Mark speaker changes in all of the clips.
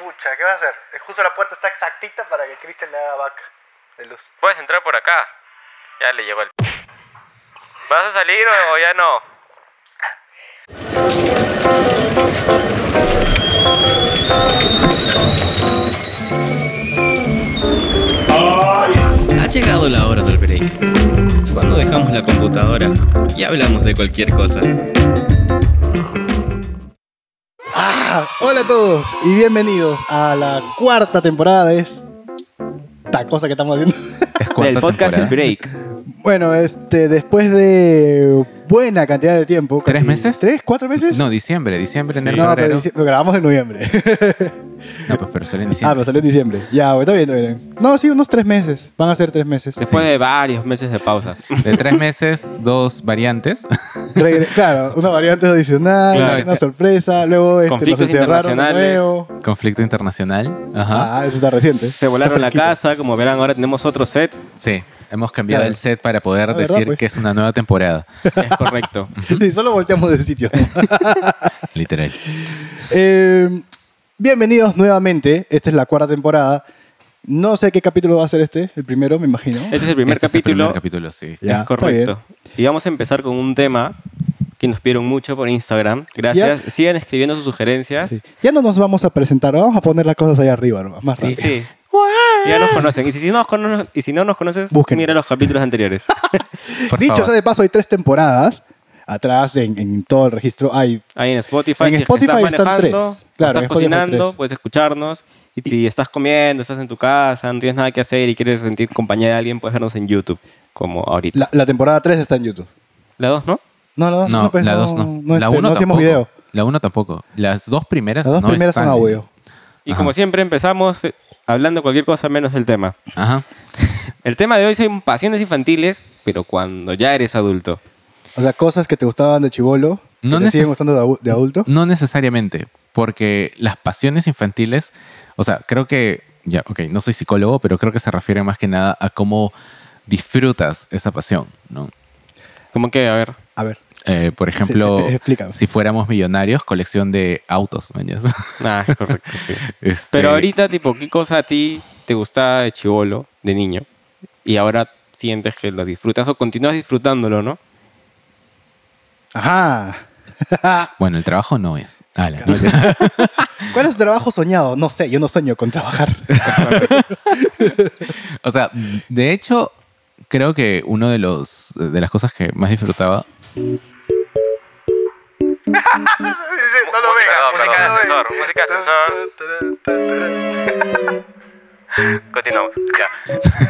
Speaker 1: pucha, ¿qué vas a hacer? Eh, Justo la puerta está exactita para que Cristian le haga vaca de luz.
Speaker 2: Puedes entrar por acá. Ya le llegó el. ¿Vas a salir o, o ya no?
Speaker 3: Ha llegado la hora del break. Es cuando dejamos la computadora y hablamos de cualquier cosa.
Speaker 1: Ah, hola a todos y bienvenidos a la cuarta temporada de esta cosa que estamos haciendo.
Speaker 4: Del podcast El Break.
Speaker 1: Bueno, este, después de buena cantidad de tiempo.
Speaker 5: ¿Tres meses?
Speaker 1: ¿Tres? ¿Cuatro meses?
Speaker 5: No, diciembre, diciembre, enero,
Speaker 1: No, pero
Speaker 5: febrero.
Speaker 1: dici- lo grabamos en noviembre.
Speaker 5: No, pues, pero sale en
Speaker 1: Ah,
Speaker 5: diciembre.
Speaker 1: pero salió en diciembre. Ya, güey, está bien, está bien. No, sí, unos tres meses. Van a ser tres meses.
Speaker 4: Después de varios meses de pausa.
Speaker 5: De tres meses, dos variantes.
Speaker 1: Regre- claro, una variante adicional,
Speaker 5: Claro.
Speaker 1: una sorpresa, luego este,
Speaker 4: Conflictos
Speaker 1: nos encerraron de
Speaker 4: internacionales.
Speaker 1: nuevo.
Speaker 5: Conflicto internacional. Ajá.
Speaker 1: Ah, eso está reciente.
Speaker 4: Se volaron la
Speaker 1: Está fresquito.
Speaker 4: casa, como verán, ahora tenemos otro set.
Speaker 5: Sí, hemos cambiado
Speaker 1: Claro.
Speaker 5: el set para poder
Speaker 1: Ah, ¿verdad,
Speaker 5: decir
Speaker 1: pues?
Speaker 5: que es una nueva temporada.
Speaker 4: Es correcto.
Speaker 1: Y solo volteamos de sitio.
Speaker 5: Literal.
Speaker 1: Eh, bienvenidos nuevamente. Esta es la cuarta temporada. No sé qué capítulo va a ser este, el primero, me imagino.
Speaker 4: Este es el primer
Speaker 5: Este es el
Speaker 4: capítulo.
Speaker 5: primer capítulo, sí.
Speaker 1: Ya,
Speaker 4: es
Speaker 1: está
Speaker 4: correcto. Y vamos a empezar con un tema que nos pidieron mucho por Instagram. Gracias. Sigan escribiendo sus sugerencias.
Speaker 1: Sí. Ya no nos vamos a presentar, vamos a poner las cosas ahí arriba nomás, más
Speaker 4: Sí.
Speaker 1: rápido.
Speaker 4: Ya nos conocen. Y si, si no, nos cono- y si no nos conoces,
Speaker 1: Busquen.
Speaker 4: mira los capítulos anteriores.
Speaker 5: Por
Speaker 1: Dicho
Speaker 5: favor.
Speaker 1: sea de paso, hay tres temporadas. Atrás, en, en todo el registro, hay
Speaker 4: Ahí en Spotify.
Speaker 1: En
Speaker 4: si es que
Speaker 1: Spotify
Speaker 4: estás
Speaker 1: están
Speaker 4: manejando,
Speaker 1: tres. Claro, en
Speaker 4: estás
Speaker 1: Spotify
Speaker 4: cocinando,
Speaker 1: tres.
Speaker 4: puedes escucharnos. Y si estás comiendo, estás en tu casa, no tienes nada que hacer y quieres sentir compañía de alguien, puedes vernos en YouTube, como ahorita.
Speaker 1: la, la temporada 3 está en YouTube.
Speaker 4: La dos, ¿no?
Speaker 1: No, la 2 no,
Speaker 5: No,
Speaker 1: pues,
Speaker 5: la
Speaker 1: no,
Speaker 5: dos no.
Speaker 1: no,
Speaker 5: la
Speaker 1: este,
Speaker 5: uno
Speaker 1: no hacíamos
Speaker 5: tampoco.
Speaker 1: video.
Speaker 5: La uno tampoco. Las dos primeras
Speaker 1: Las dos
Speaker 5: no
Speaker 1: primeras son
Speaker 5: están.
Speaker 1: audio.
Speaker 4: Y
Speaker 5: Ajá.
Speaker 4: como siempre empezamos eh, hablando cualquier cosa menos del tema.
Speaker 5: Ajá.
Speaker 4: El tema de hoy son pasiones infantiles, pero cuando ya eres adulto.
Speaker 1: O sea, cosas que te gustaban de chivolo,
Speaker 5: No
Speaker 1: que te siguen
Speaker 5: neces-
Speaker 1: gustando de, adu- de adulto.
Speaker 5: No necesariamente, porque las pasiones infantiles, o sea, creo que, ya, ok, no soy psicólogo, pero creo que se refiere más que nada a cómo disfrutas esa pasión, ¿no?
Speaker 4: Como que, a ver,
Speaker 1: A ver,
Speaker 5: Eh, por ejemplo,
Speaker 1: te- te- explícame.
Speaker 5: si fuéramos millonarios, colección de autos, mañas.
Speaker 4: nada, es correcto. sí.
Speaker 5: Este,
Speaker 4: Pero ahorita, tipo, ¿qué cosa a ti te gustaba de chivolo, de niño? Y ahora sientes que lo disfrutas o continúas disfrutándolo, ¿no?
Speaker 1: Ajá.
Speaker 5: Bueno, el trabajo no es. Ah, la- no,
Speaker 1: ¿Cuál es tu trabajo soñado? No sé, yo no sueño con trabajar.
Speaker 5: o sea, de hecho, creo que uno de los de las cosas que más disfrutaba
Speaker 2: No lo veas. Música de ascensor, música de ascensor. Continuamos.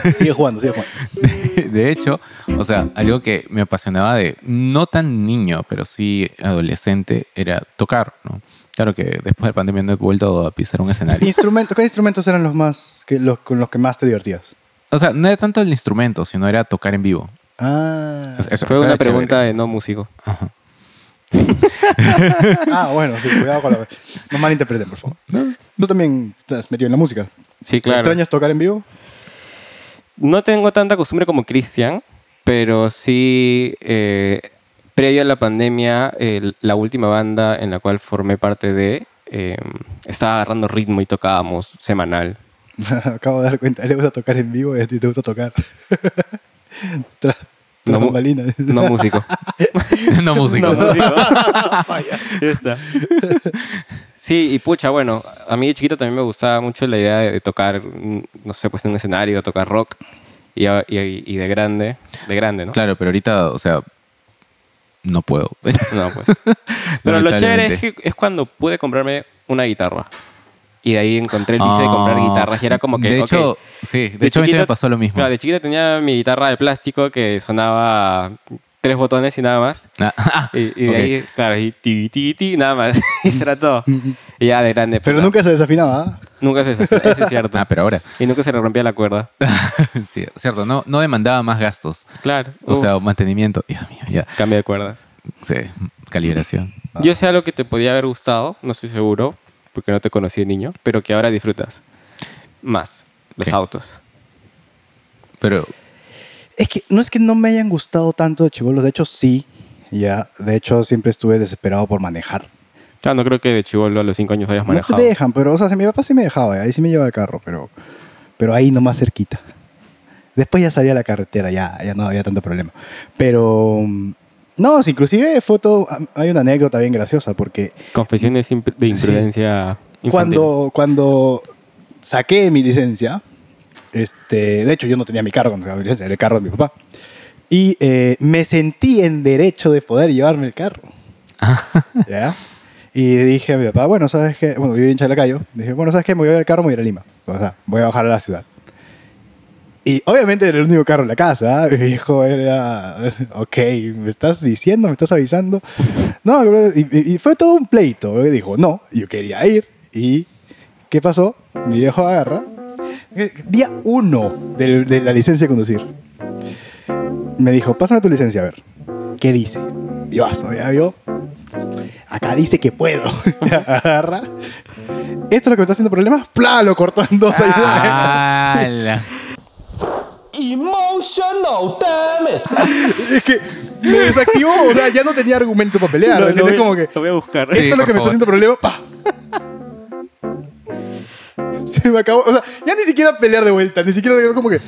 Speaker 2: Ya.
Speaker 1: Sigue jugando, sigue jugando.
Speaker 5: De hecho, o sea, algo que me apasionaba de no tan niño, pero sí adolescente, era tocar, ¿no? Claro que después de la pandemia no he vuelto a pisar un escenario.
Speaker 1: Instrumento, ¿Qué instrumentos eran los más que los, con los que más te divertías?
Speaker 5: O sea, no era tanto el instrumento, sino era tocar en vivo.
Speaker 1: Ah,
Speaker 5: Eso- eso
Speaker 4: Fue
Speaker 5: era
Speaker 4: una
Speaker 5: chévere.
Speaker 4: pregunta de no músico.
Speaker 1: ah bueno, sí, cuidado con la... No malinterpreten, por favor. Tú también estás metido en la música.
Speaker 4: Sí, claro.
Speaker 1: ¿Extrañas tocar en vivo?
Speaker 4: No tengo tanta costumbre como Cristian, pero sí, eh, previo a la pandemia, el- la última banda en la cual formé parte de eh, estaba agarrando ritmo y tocábamos semanal.
Speaker 1: Acabo de dar cuenta, a él le gusta tocar en vivo y a ti te gusta tocar. Tra- tras
Speaker 4: No mu-
Speaker 1: bambalinas.
Speaker 4: No músico.
Speaker 5: no músico.
Speaker 4: No músico. Ya está. Sí, y pucha, bueno, a mí de chiquito también me gustaba mucho la idea de, de tocar, mm, no sé, pues en un escenario, tocar rock. Y, a- y- y de grande, de grande, ¿no?
Speaker 5: Claro, pero ahorita, o sea, no puedo.
Speaker 4: No, pues. Pero lo chévere es,
Speaker 5: Lamentablemente.
Speaker 4: que- es cuando pude comprarme una guitarra. Y de ahí encontré el vicio de comprar
Speaker 5: Ah,
Speaker 4: guitarras. Y era como que.
Speaker 5: De
Speaker 4: ok,
Speaker 5: hecho, sí, de, hecho a mí
Speaker 4: chiquito-
Speaker 5: también me pasó lo mismo.
Speaker 4: claro, de chiquito tenía mi guitarra de plástico que sonaba tres botones y nada más.
Speaker 5: Ah,
Speaker 4: Y, y de
Speaker 5: ok.
Speaker 4: ahí, claro, y ti, ti, ti, nada más. y eso era todo. Y ya de grande.
Speaker 1: Pero
Speaker 4: puta,
Speaker 1: nunca se desafinaba. ¿ah?
Speaker 4: Nunca se desafinó, eso es cierto.
Speaker 5: Ah, pero ahora.
Speaker 4: Y nunca se le rompía la cuerda.
Speaker 5: Sí, cierto, no, no demandaba más gastos.
Speaker 4: Claro.
Speaker 5: O sea, mantenimiento. Dios mío, ya.
Speaker 4: cambio de cuerdas.
Speaker 5: Sí, calibración.
Speaker 1: Ah.
Speaker 4: Yo sé algo que te podía haber gustado, no estoy seguro, porque no te conocí de niño, pero que ahora disfrutas más. Los
Speaker 5: ¿Qué?
Speaker 4: autos.
Speaker 5: Pero
Speaker 1: Es que no es que no me hayan gustado tanto de chivolos, de hecho sí, ya, de hecho siempre estuve desesperado por manejar.
Speaker 4: Ya no creo que de chivolo a los 5 años hayas
Speaker 1: No te
Speaker 4: manejado.
Speaker 1: dejan, pero, o sea, si mi papá sí me dejaba, ahí sí me llevaba el carro, pero, pero ahí nomás cerquita. Después ya sabía la carretera, ya, ya no había tanto problema. Pero, mm, no, si inclusive fue todo, ah, hay una anécdota bien graciosa, porque
Speaker 4: Confesiones imp- de imprudencia infantil.
Speaker 1: cuando, cuando saqué mi licencia, este, de hecho yo no tenía mi carro cuando saqué mi licencia, era el carro de mi papá, y eh, me sentí en derecho de poder llevarme el carro. ¿Ya? Y dije a mi papá, bueno, ¿sabes qué? Bueno, viví en Chalacayo. Dije, bueno, ¿sabes qué? Me voy a llevar el carro, me voy a ir a Lima. O sea, voy a bajar a la ciudad. Y obviamente era el único carro en la casa. ¿eh? Mi viejo era, ok, me estás diciendo, me estás avisando. No, bro, y, y- y fue todo un pleito. ¿eh? Dijo, no, yo quería ir. ¿Y qué pasó? Mi viejo agarra. eh, Día uno del- de, la licencia de conducir. Me dijo, pásame tu licencia, a ver. ¿Qué dice? Yo, "Ah, su- ya yo. Acá dice que puedo. agarra. ¿Esto es lo que me está haciendo problemas? ¡Pla! Lo cortó en dos.
Speaker 5: Ah.
Speaker 1: Ah.
Speaker 5: ¡Hala!
Speaker 1: es que me desactivó. O sea, ya no tenía argumento para pelear.
Speaker 4: Lo- lo
Speaker 1: ¿entiendes?
Speaker 4: voy-
Speaker 1: como que.
Speaker 4: Lo voy a buscar.
Speaker 5: Sí,
Speaker 1: esto es lo
Speaker 5: por
Speaker 1: que me está
Speaker 5: favor.
Speaker 1: haciendo problema. ¡Pa! Se me acabó. O sea, ya ni siquiera pelear de vuelta. Ni siquiera como que.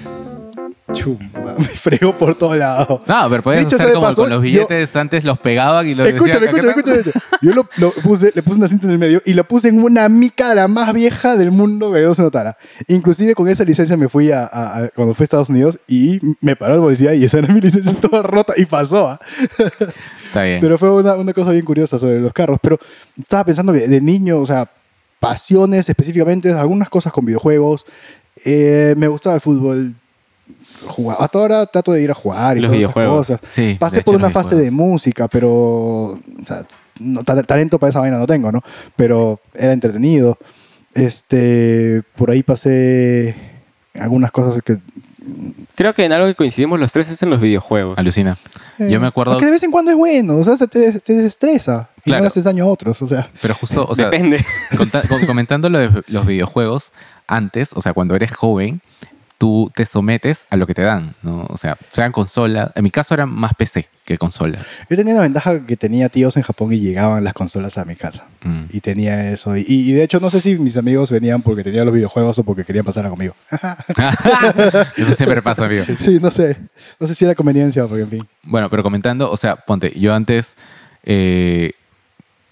Speaker 1: Chumba, me fregó por todos lados.
Speaker 5: No, pero podías
Speaker 1: Dicho sea de
Speaker 5: hacer como
Speaker 1: paso,
Speaker 5: con los
Speaker 1: yo-
Speaker 5: billetes antes los pegaban y los
Speaker 1: Escúchame,
Speaker 5: decían,
Speaker 1: escúchame,
Speaker 5: "Acá está".
Speaker 1: escúchame. Yo lo, lo puse, le puse una cinta en el medio y la puse en una mica la más vieja del mundo que no se notara. Inclusive con esa licencia me fui a, a- a- cuando fui a Estados Unidos y me paró el policía y esa era mi licencia estaba rota y pasó. ¿ah?
Speaker 5: Está bien.
Speaker 1: Pero fue una, una cosa bien curiosa sobre los carros. Pero estaba pensando que de niño, o sea, pasiones específicamente, algunas cosas con videojuegos. Eh, me gustaba el fútbol. Jugaba. Hasta ahora trato de ir a jugar y
Speaker 4: Los
Speaker 1: todas esas
Speaker 4: videojuegos.
Speaker 1: cosas.
Speaker 5: Sí,
Speaker 1: Pasé
Speaker 5: de hecho,
Speaker 1: por
Speaker 5: los
Speaker 1: una fase de
Speaker 5: videojuegos.
Speaker 1: música, pero. o sea, no, ta- talento para esa vaina no tengo, ¿no? Pero era entretenido. Este. Por ahí pasé algunas cosas que.
Speaker 4: Creo que en algo que coincidimos los tres es en los videojuegos.
Speaker 5: Alucina. Yo me acuerdo,
Speaker 1: Que eh, de vez en cuando es bueno, o sea, se te, te desestresa y no
Speaker 5: Claro.
Speaker 1: le haces daño a otros, o sea.
Speaker 5: pero justo, o sea,
Speaker 4: Depende.
Speaker 5: Conta- con- comentando lo de los videojuegos, antes, o sea, cuando eres joven, tú te sometes a lo que te dan, ¿no? O sea, sean consolas. En mi caso era más PC que consolas.
Speaker 1: Yo tenía la ventaja que tenía tíos en Japón y llegaban las consolas a mi casa.
Speaker 5: Mm.
Speaker 1: Y tenía eso. Y, y de hecho, no sé si mis amigos venían porque tenían los videojuegos o porque querían pasarla conmigo.
Speaker 5: Eso siempre pasa, amigo.
Speaker 1: sí, no sé. No sé si era conveniencia, porque en fin.
Speaker 5: Bueno, pero comentando, o sea, ponte, yo antes eh,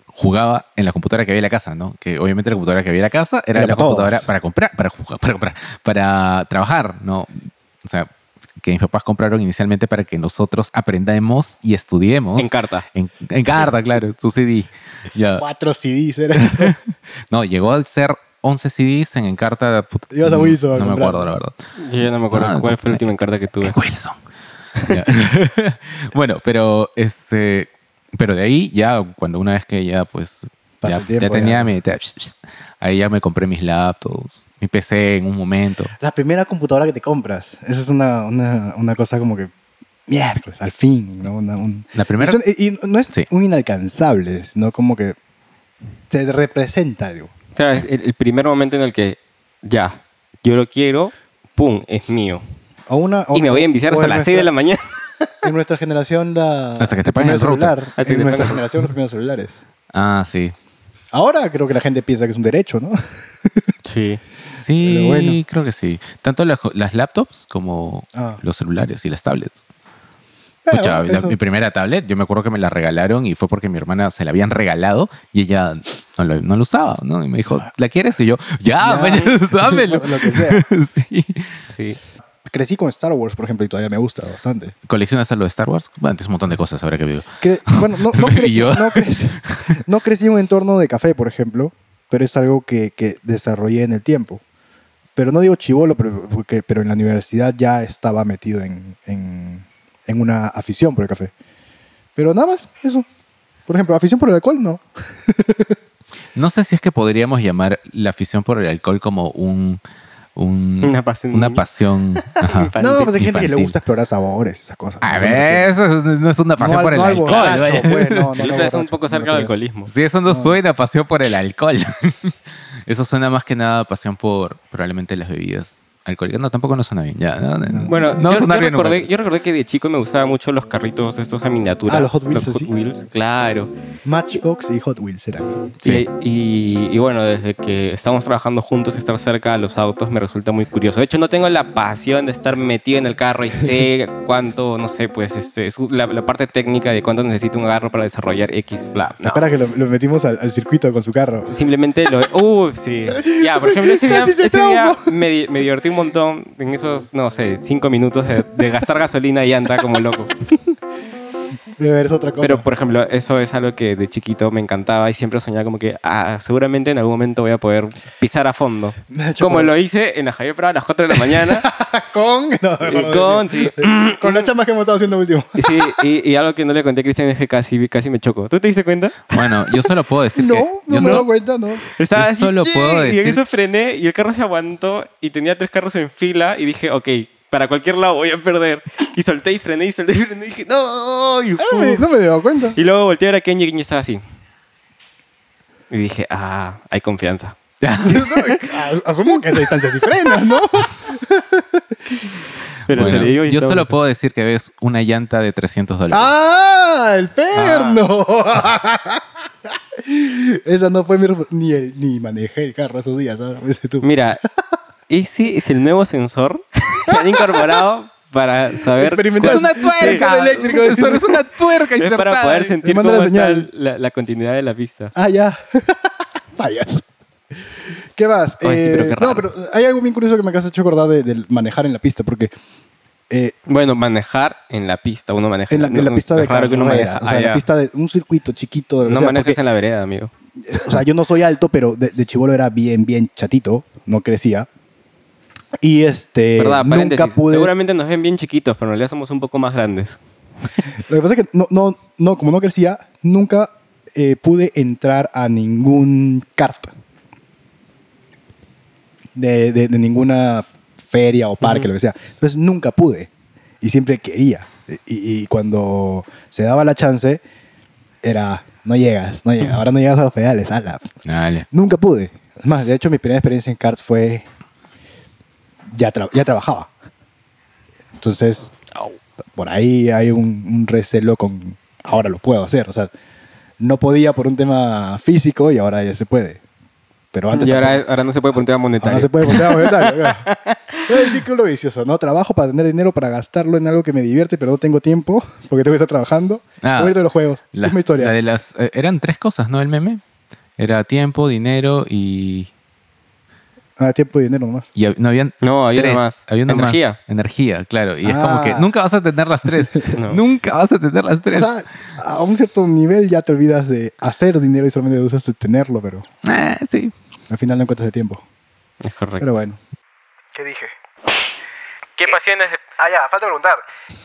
Speaker 5: jugaba en la computadora que había en la casa, ¿no? Que obviamente la computadora que había en la casa
Speaker 1: Era
Speaker 5: era la
Speaker 1: para todos.
Speaker 5: computadora para comprar, para jugar, para comprar, para trabajar, ¿no? O sea, que mis papás compraron inicialmente para que nosotros aprendamos y estudiemos.
Speaker 4: En carta.
Speaker 5: En, en carta, claro, su CD. Ya.
Speaker 1: Cuatro CDs era.
Speaker 5: No, llegó a ser 11 CDs en Encarta. puta,
Speaker 1: Ibas a
Speaker 5: no-
Speaker 1: Wilson a
Speaker 5: No me
Speaker 1: comprar.
Speaker 5: acuerdo, la verdad.
Speaker 4: Yo ya no me acuerdo
Speaker 5: Ah,
Speaker 4: cuál fue
Speaker 5: compré.
Speaker 4: la última encarta que tuve.
Speaker 5: En Wilson. Ya. bueno, pero este, pero de ahí ya cuando una vez que ya pues
Speaker 1: Pasa
Speaker 5: ya,
Speaker 1: el tiempo,
Speaker 5: ya tenía
Speaker 1: ya.
Speaker 5: mi ahí ya me compré mis laptops, mi PC en un momento.
Speaker 1: La primera computadora que te compras. Esa es una, una, una cosa como que. Miércoles, al fin. ¿no? Una- un-
Speaker 5: La primera
Speaker 1: Eso- y, y no es
Speaker 5: Sí.
Speaker 1: un inalcanzable, sino como que. Te representa algo.
Speaker 4: O sea, es el, el primer momento en el que ya, yo lo quiero, pum, es mío.
Speaker 1: O una, o-
Speaker 4: Y me voy a enviciar
Speaker 1: o
Speaker 4: hasta
Speaker 1: en
Speaker 4: las 6
Speaker 1: nuestra-
Speaker 4: de la mañana.
Speaker 1: En nuestra generación, la.
Speaker 5: Hasta que te
Speaker 1: el
Speaker 5: paguen
Speaker 1: primer
Speaker 5: el router.
Speaker 1: celular.
Speaker 4: Hasta que te
Speaker 1: En nuestra
Speaker 4: paguen-
Speaker 1: generación, los primeros celulares.
Speaker 5: Ah, sí.
Speaker 1: Ahora creo que la gente piensa que es un derecho, ¿no?
Speaker 4: Sí.
Speaker 5: Sí,
Speaker 1: Pero bueno.
Speaker 5: creo que sí. Tanto las, las laptops como
Speaker 1: Ah.
Speaker 5: los celulares y las tablets.
Speaker 1: Pero
Speaker 5: Pucha, la-
Speaker 1: eso-
Speaker 5: mi primera tablet, yo me acuerdo que me la regalaron y fue porque mi hermana se la habían regalado y ella no lo, no lo usaba, ¿no? Y me dijo, ¿la quieres? Y yo, ya,
Speaker 1: Ah. Ya.
Speaker 5: mañana dámelo.
Speaker 1: Lo que sea.
Speaker 5: sí.
Speaker 4: Sí.
Speaker 1: Crecí con Star Wars, por ejemplo, y todavía me gusta bastante.
Speaker 5: ¿Coleccionas algo de Star Wars? Bueno, tienes un montón de cosas ahora que vivo.
Speaker 1: Cre- bueno, no, no, cre-
Speaker 5: Y yo.
Speaker 1: no crecí, no crecí en un entorno de café, por ejemplo, pero es algo que, que desarrollé en el tiempo. Pero no digo chivolo, pero, porque- pero en la universidad ya estaba metido en, en- en una afición por el café. Pero nada más, eso. Por ejemplo, afición por el alcohol, no.
Speaker 5: No sé si es que podríamos llamar la afición por el alcohol como un... un-
Speaker 4: Una pasión.
Speaker 5: Una pasión. ajá.
Speaker 1: no, pues hay gente que le
Speaker 5: infantil.
Speaker 1: gusta explorar sabores, esas cosas.
Speaker 5: A
Speaker 1: Eso me
Speaker 5: ver,
Speaker 1: refiero.
Speaker 5: eso es- no es una pasión
Speaker 1: al-
Speaker 5: por el
Speaker 1: al
Speaker 5: alcohol.
Speaker 1: borracho,
Speaker 5: vaya.
Speaker 1: pues, no, no,
Speaker 4: Yo
Speaker 1: no,
Speaker 4: otra vez un
Speaker 1: borracho,
Speaker 4: poco
Speaker 1: no
Speaker 4: cerca
Speaker 1: creo.
Speaker 4: del alcoholismo.
Speaker 5: Sí, eso no suena a pasión por el alcohol. eso suena más que nada a pasión por probablemente las bebidas alcohólica. No, tampoco no suena bien. Ya, no, no, no.
Speaker 4: Bueno,
Speaker 5: no
Speaker 4: yo, yo
Speaker 5: suena bien nunca.
Speaker 4: recordé, yo recordé que de chico me gustaban mucho los carritos estos a miniatura.
Speaker 1: Ah, los Hot Wheels, así.
Speaker 4: Wheels, claro.
Speaker 1: Matchbox y Hot Wheels era.
Speaker 5: Sí.
Speaker 4: Y, y- y bueno, desde que estamos trabajando juntos, estar cerca de los autos me resulta muy curioso. De hecho, no tengo la pasión de estar metido en el carro y sé cuánto, no sé, pues este, es la, la parte técnica de cuánto necesita un carro para desarrollar X, bla.
Speaker 1: ¿Te
Speaker 4: No.
Speaker 1: acuerdas que lo, lo metimos al, al circuito con su carro?
Speaker 4: Simplemente lo. Uh, sí. Ya, por ejemplo, ese día,
Speaker 1: Casi se
Speaker 4: ese
Speaker 1: traumó.
Speaker 4: día me, di- me divertí un montón en esos, no sé, cinco minutos de, de gastar gasolina y anda como loco.
Speaker 1: Debe haber otra cosa.
Speaker 4: Pero, por ejemplo, eso es algo que de chiquito me encantaba y siempre soñaba como que ah, seguramente en algún momento voy a poder pisar a fondo.
Speaker 1: Me ha hecho
Speaker 4: Como
Speaker 1: acordar-
Speaker 4: lo hice en la Javier Prado a las 4 de la mañana.
Speaker 1: con. No,
Speaker 4: Y
Speaker 1: mejor no
Speaker 4: con-
Speaker 1: decir. con las chamas que hemos estado haciendo último.
Speaker 4: y, sí, y, y algo que no le conté a Cristian es que casi, casi me chocó. ¿Tú te diste cuenta?
Speaker 5: Bueno, yo solo puedo decir
Speaker 1: No,
Speaker 5: que...
Speaker 1: no
Speaker 5: yo
Speaker 1: me he
Speaker 5: solo-
Speaker 1: dado cuenta, no.
Speaker 4: Estaba
Speaker 5: Yo
Speaker 4: así,
Speaker 5: solo
Speaker 4: "Yay",
Speaker 5: puedo
Speaker 4: Y en
Speaker 5: decir-
Speaker 4: eso frené y el carro se aguantó y tenía tres carros en fila y dije, ok, para cualquier lado voy a perder. Y solté y frené y solté y frené y dije, no, y,
Speaker 1: Ah, no me-
Speaker 4: fu.
Speaker 1: no me he dado cuenta.
Speaker 4: y luego volteé a ver a Kenji y Kenji estaba así. Y dije, ah, hay confianza.
Speaker 1: As- Asumo que esa distancia sí frenas, ¿no?
Speaker 4: Pero se
Speaker 5: Bueno,
Speaker 4: le digo y
Speaker 5: yo
Speaker 4: estaba-
Speaker 5: solo puedo decir que ves una llanta de 300 dólares.
Speaker 1: ¡Ah! ¡El perno!
Speaker 4: Ah.
Speaker 1: Esa no fue mi. resp- Ni, el- ni manejé el carro esos días, ¿sabes? Tú.
Speaker 4: Mira, ese es el nuevo sensor que han incorporado para saber...
Speaker 1: Experimentar.
Speaker 4: cómo-
Speaker 1: Es una tuerca.
Speaker 4: Sí.
Speaker 1: eléctrico.
Speaker 5: Un sensor, es una tuerca
Speaker 4: Es para
Speaker 5: insertada
Speaker 4: poder
Speaker 5: ahí.
Speaker 4: sentir
Speaker 1: manda
Speaker 4: cómo
Speaker 1: la
Speaker 4: está
Speaker 1: señal.
Speaker 4: la, la continuidad de la pista.
Speaker 1: Ah, ya. Fallas. ¿Qué más?
Speaker 4: Ay, sí, pero qué raro.
Speaker 1: no, pero hay algo bien curioso que me has hecho acordar de, del manejar en la pista, porque eh,
Speaker 4: Bueno, manejar en la pista, uno maneja
Speaker 1: en, la, en la
Speaker 4: no,
Speaker 1: pista de
Speaker 4: es
Speaker 1: carrera,
Speaker 4: raro que uno maneja.
Speaker 1: o sea,
Speaker 4: ah,
Speaker 1: en
Speaker 4: ya.
Speaker 1: la pista de un circuito chiquito, de lo que
Speaker 4: no
Speaker 1: sea,
Speaker 4: manejes
Speaker 1: porque,
Speaker 4: en la vereda, amigo.
Speaker 1: o sea, yo no soy alto, pero de, de chivolo era bien, bien chatito, no crecía. Y este,
Speaker 4: Verdad,
Speaker 1: nunca
Speaker 4: paréntesis.
Speaker 1: pude...
Speaker 4: Seguramente nos ven bien chiquitos, pero en realidad somos un poco más grandes.
Speaker 1: Lo que pasa es que, no, no, no, como no crecía, nunca eh, pude entrar a ningún kart. De, de- de ninguna feria o parque,
Speaker 4: Ujú.
Speaker 1: lo que sea. Entonces nunca pude. Y siempre quería. Y, y cuando se daba la chance, era, no llegas, no llegas. Ahora no llegas a los pedales, ala.
Speaker 5: Dale.
Speaker 1: Nunca pude. Es más, de hecho, mi primera experiencia en karts fue... Ya, tra- ya trabajaba. Entonces, por ahí hay un, un recelo con ahora lo puedo hacer. O sea, no podía por un tema físico y ahora ya se puede. Pero antes
Speaker 4: y ahora,
Speaker 1: tampoco.
Speaker 4: ahora no se puede poner monetario.
Speaker 1: Ahora no se puede comprar monetario. claro. Es el círculo vicioso, ¿no? Trabajo para tener dinero para gastarlo en algo que me divierte, pero no tengo tiempo porque tengo que estar trabajando.
Speaker 5: Ah.
Speaker 1: Voy a ir de los juegos.
Speaker 5: La,
Speaker 1: es mi historia.
Speaker 5: la de las, eh, eran tres cosas, ¿no? El meme. Era tiempo, dinero y...
Speaker 1: Ah, tiempo y dinero nomás.
Speaker 5: y hab- no habían
Speaker 4: No, había
Speaker 5: tres.
Speaker 4: una más.
Speaker 5: Había una más.
Speaker 4: Energía.
Speaker 5: Energía, claro. Y es
Speaker 1: Ah.
Speaker 5: como que nunca vas a tener las tres.
Speaker 4: No.
Speaker 5: Nunca vas a tener las
Speaker 1: O
Speaker 5: tres.
Speaker 1: sea, a un cierto nivel ya te olvidas de hacer dinero y solamente usas de tenerlo, pero
Speaker 5: Ah, sí.
Speaker 1: al final no encuentras el tiempo.
Speaker 4: Es correcto.
Speaker 1: Pero bueno.
Speaker 2: ¿Qué dije?
Speaker 6: ¿Qué pasiones? Ah, ya, falta preguntar.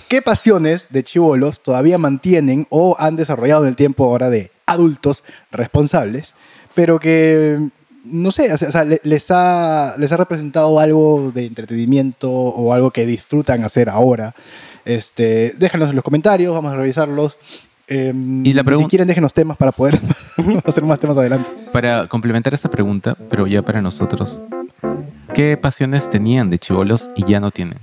Speaker 1: ¿Qué pasiones de chivolos todavía mantienen o han desarrollado en el tiempo ahora de adultos responsables, pero que, no sé, o sea, o sea, le- les, ha, les ha representado algo de entretenimiento o algo que disfrutan hacer ahora? Este, déjanos en los comentarios, vamos a revisarlos. Em,
Speaker 5: Y la pregun-
Speaker 1: si quieren, déjenos temas para poder hacer más temas adelante.
Speaker 5: Para complementar esta pregunta, pero ya para nosotros, ¿qué pasiones tenían de chivolos y ya no tienen?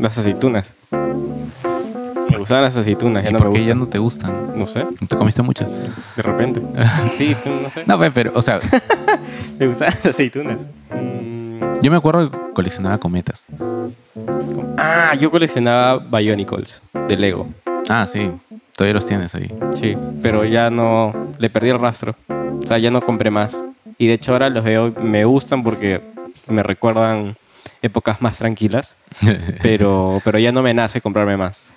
Speaker 4: Las aceitunas. Me gustaban las aceitunas, Ah, ya
Speaker 5: ¿Y
Speaker 4: no me
Speaker 5: por qué ya
Speaker 4: gustan.
Speaker 5: no te gustan?
Speaker 4: No sé,
Speaker 5: Te comiste muchas.
Speaker 4: de repente. sí, tú, no sé.
Speaker 5: No, pe- pero, o sea,
Speaker 4: Me gustaban las aceitunas. Mm,
Speaker 5: yo me acuerdo que coleccionaba cometas.
Speaker 4: Ah, yo coleccionaba Bionicles de Lego.
Speaker 5: Ah, sí. Todavía los tienes ahí.
Speaker 4: Sí, pero ya no le perdí el rastro. O sea, ya no compré más. Y de hecho ahora los veo, me gustan porque me recuerdan épocas más tranquilas, pero, pero ya no me nace comprarme más.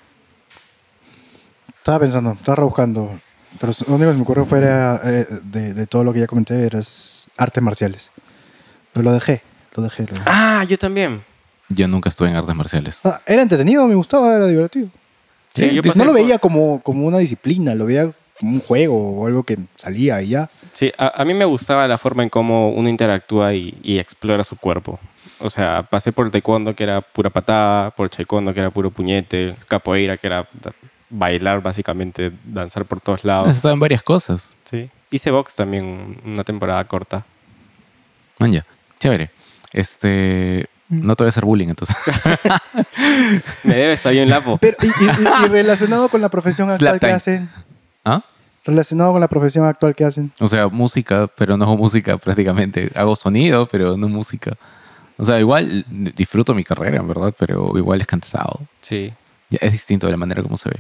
Speaker 1: Estaba pensando, estaba rebuscando, pero lo único que se me ocurrió fuera eh, de, de todo lo que ya comenté, era artes marciales. Pero lo dejé, lo dejé. Lo dejé.
Speaker 4: Ah, yo también.
Speaker 5: Yo nunca estuve en artes marciales.
Speaker 1: Ah, era entretenido, me gustaba, era divertido.
Speaker 4: Sí, yo pasé
Speaker 1: pues, No lo
Speaker 4: por-
Speaker 1: veía como, como una disciplina, lo veía como un juego o algo que salía y ya.
Speaker 4: Sí, a, a mí me gustaba la forma en cómo uno interactúa y, y explora su cuerpo. O sea, pasé por el taekwondo que era pura patada, por el taekwondo que era puro puñete, capoeira que era da- bailar básicamente, danzar por todos
Speaker 5: Has
Speaker 4: lados.
Speaker 5: estado en varias cosas.
Speaker 4: Sí. Hice box también una temporada corta.
Speaker 5: Man, ya. Chévere. Este, no te voy a hacer bullying, entonces.
Speaker 4: Me debe estar bien lapo.
Speaker 1: Pero, y, y- y- y relacionado con la profesión
Speaker 5: Slap
Speaker 1: actual que
Speaker 5: time.
Speaker 1: hacen.
Speaker 5: ¿Ah?
Speaker 1: Relacionado con la profesión actual que hacen.
Speaker 5: O sea, música, pero no hago música prácticamente. Hago sonido, pero no música. O sea, igual disfruto mi carrera, en verdad, pero igual es cansado.
Speaker 4: Sí.
Speaker 5: Ya Es distinto de la manera como se ve.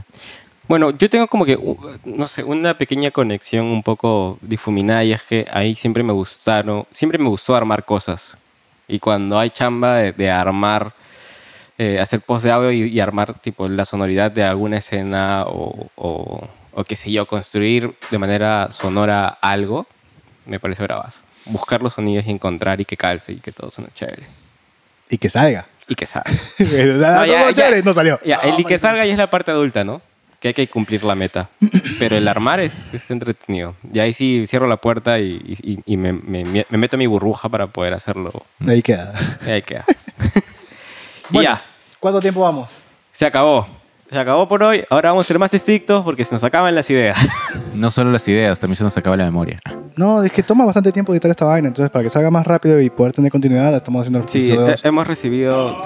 Speaker 4: Bueno, yo tengo como que, u- no sé, una pequeña conexión un poco difuminada y es que ahí siempre me gustaron, siempre me gustó armar cosas. Y cuando hay chamba de, de armar, eh, hacer post de audio y, y armar tipo la sonoridad de alguna escena o, o, o qué sé yo, construir de manera sonora algo, me parece bravazo. Buscar los sonidos y encontrar y que calce y que todo suene chévere.
Speaker 1: Y que salga.
Speaker 4: Y que salga.
Speaker 1: Pero, ah,
Speaker 4: No, ya,
Speaker 1: todo
Speaker 4: ya.
Speaker 1: chévere, no salió.
Speaker 4: Ya, el y que salga ya es la parte adulta, ¿no? Que hay que cumplir la meta. Pero el armar es, es entretenido. Y ahí sí cierro la puerta y, y- y me, me- me meto en mi burbuja para poder hacerlo.
Speaker 1: Ahí queda.
Speaker 4: Y ahí queda. Y
Speaker 1: Bueno,
Speaker 4: ya,
Speaker 1: ¿Cuánto tiempo vamos?
Speaker 4: se acabó. Se acabó por hoy. Ahora vamos a ser más estrictos porque se nos acaban las ideas.
Speaker 5: No solo las ideas, también se nos acaba la memoria.
Speaker 1: No, es que toma bastante tiempo editar esta vaina. Entonces, para que salga más rápido y poder tener continuidad, estamos haciendo los
Speaker 4: Sí, eh,
Speaker 1: episodios.
Speaker 4: he- hemos recibido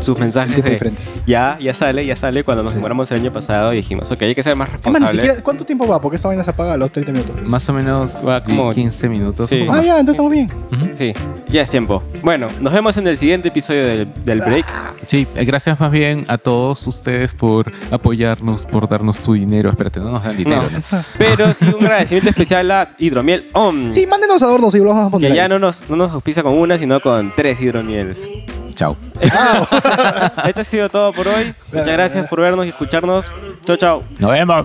Speaker 4: sus mensajes
Speaker 1: Tipos
Speaker 4: de,
Speaker 1: diferentes.
Speaker 4: ya, ya sale, ya sale. Cuando nos demoramos el año pasado y dijimos, ok, hay que ser más
Speaker 1: Es más, ni
Speaker 4: responsables.
Speaker 1: siquiera, ¿cuánto tiempo va? Porque esta vaina se apaga a los 30 minutos.
Speaker 5: Más o menos
Speaker 4: Va como-
Speaker 5: 15 minutos.
Speaker 4: Sí.
Speaker 5: un poco
Speaker 1: Ah,
Speaker 5: más.
Speaker 1: ya, entonces estamos bien.
Speaker 4: Sí, ya es tiempo. Bueno, nos vemos en el siguiente episodio del, del break.
Speaker 1: Ah,
Speaker 5: Sí, eh, gracias más bien a todos ustedes por apoyarnos, por darnos tu dinero. Espérate, no nos dan dinero.
Speaker 4: No.
Speaker 5: ¿no?
Speaker 4: Pero sí, un agradecimiento especial a Hidromiel OM.
Speaker 1: Sí, mándenos adornos y los vamos a poner.
Speaker 4: que ya
Speaker 1: ahí.
Speaker 4: no nos, no nos auspicia con una, sino con tres hidromieles.
Speaker 5: Chao.
Speaker 4: Esto ha sido todo por hoy. Muchas gracias por vernos y escucharnos. Chau, chau.
Speaker 5: Nos vemos.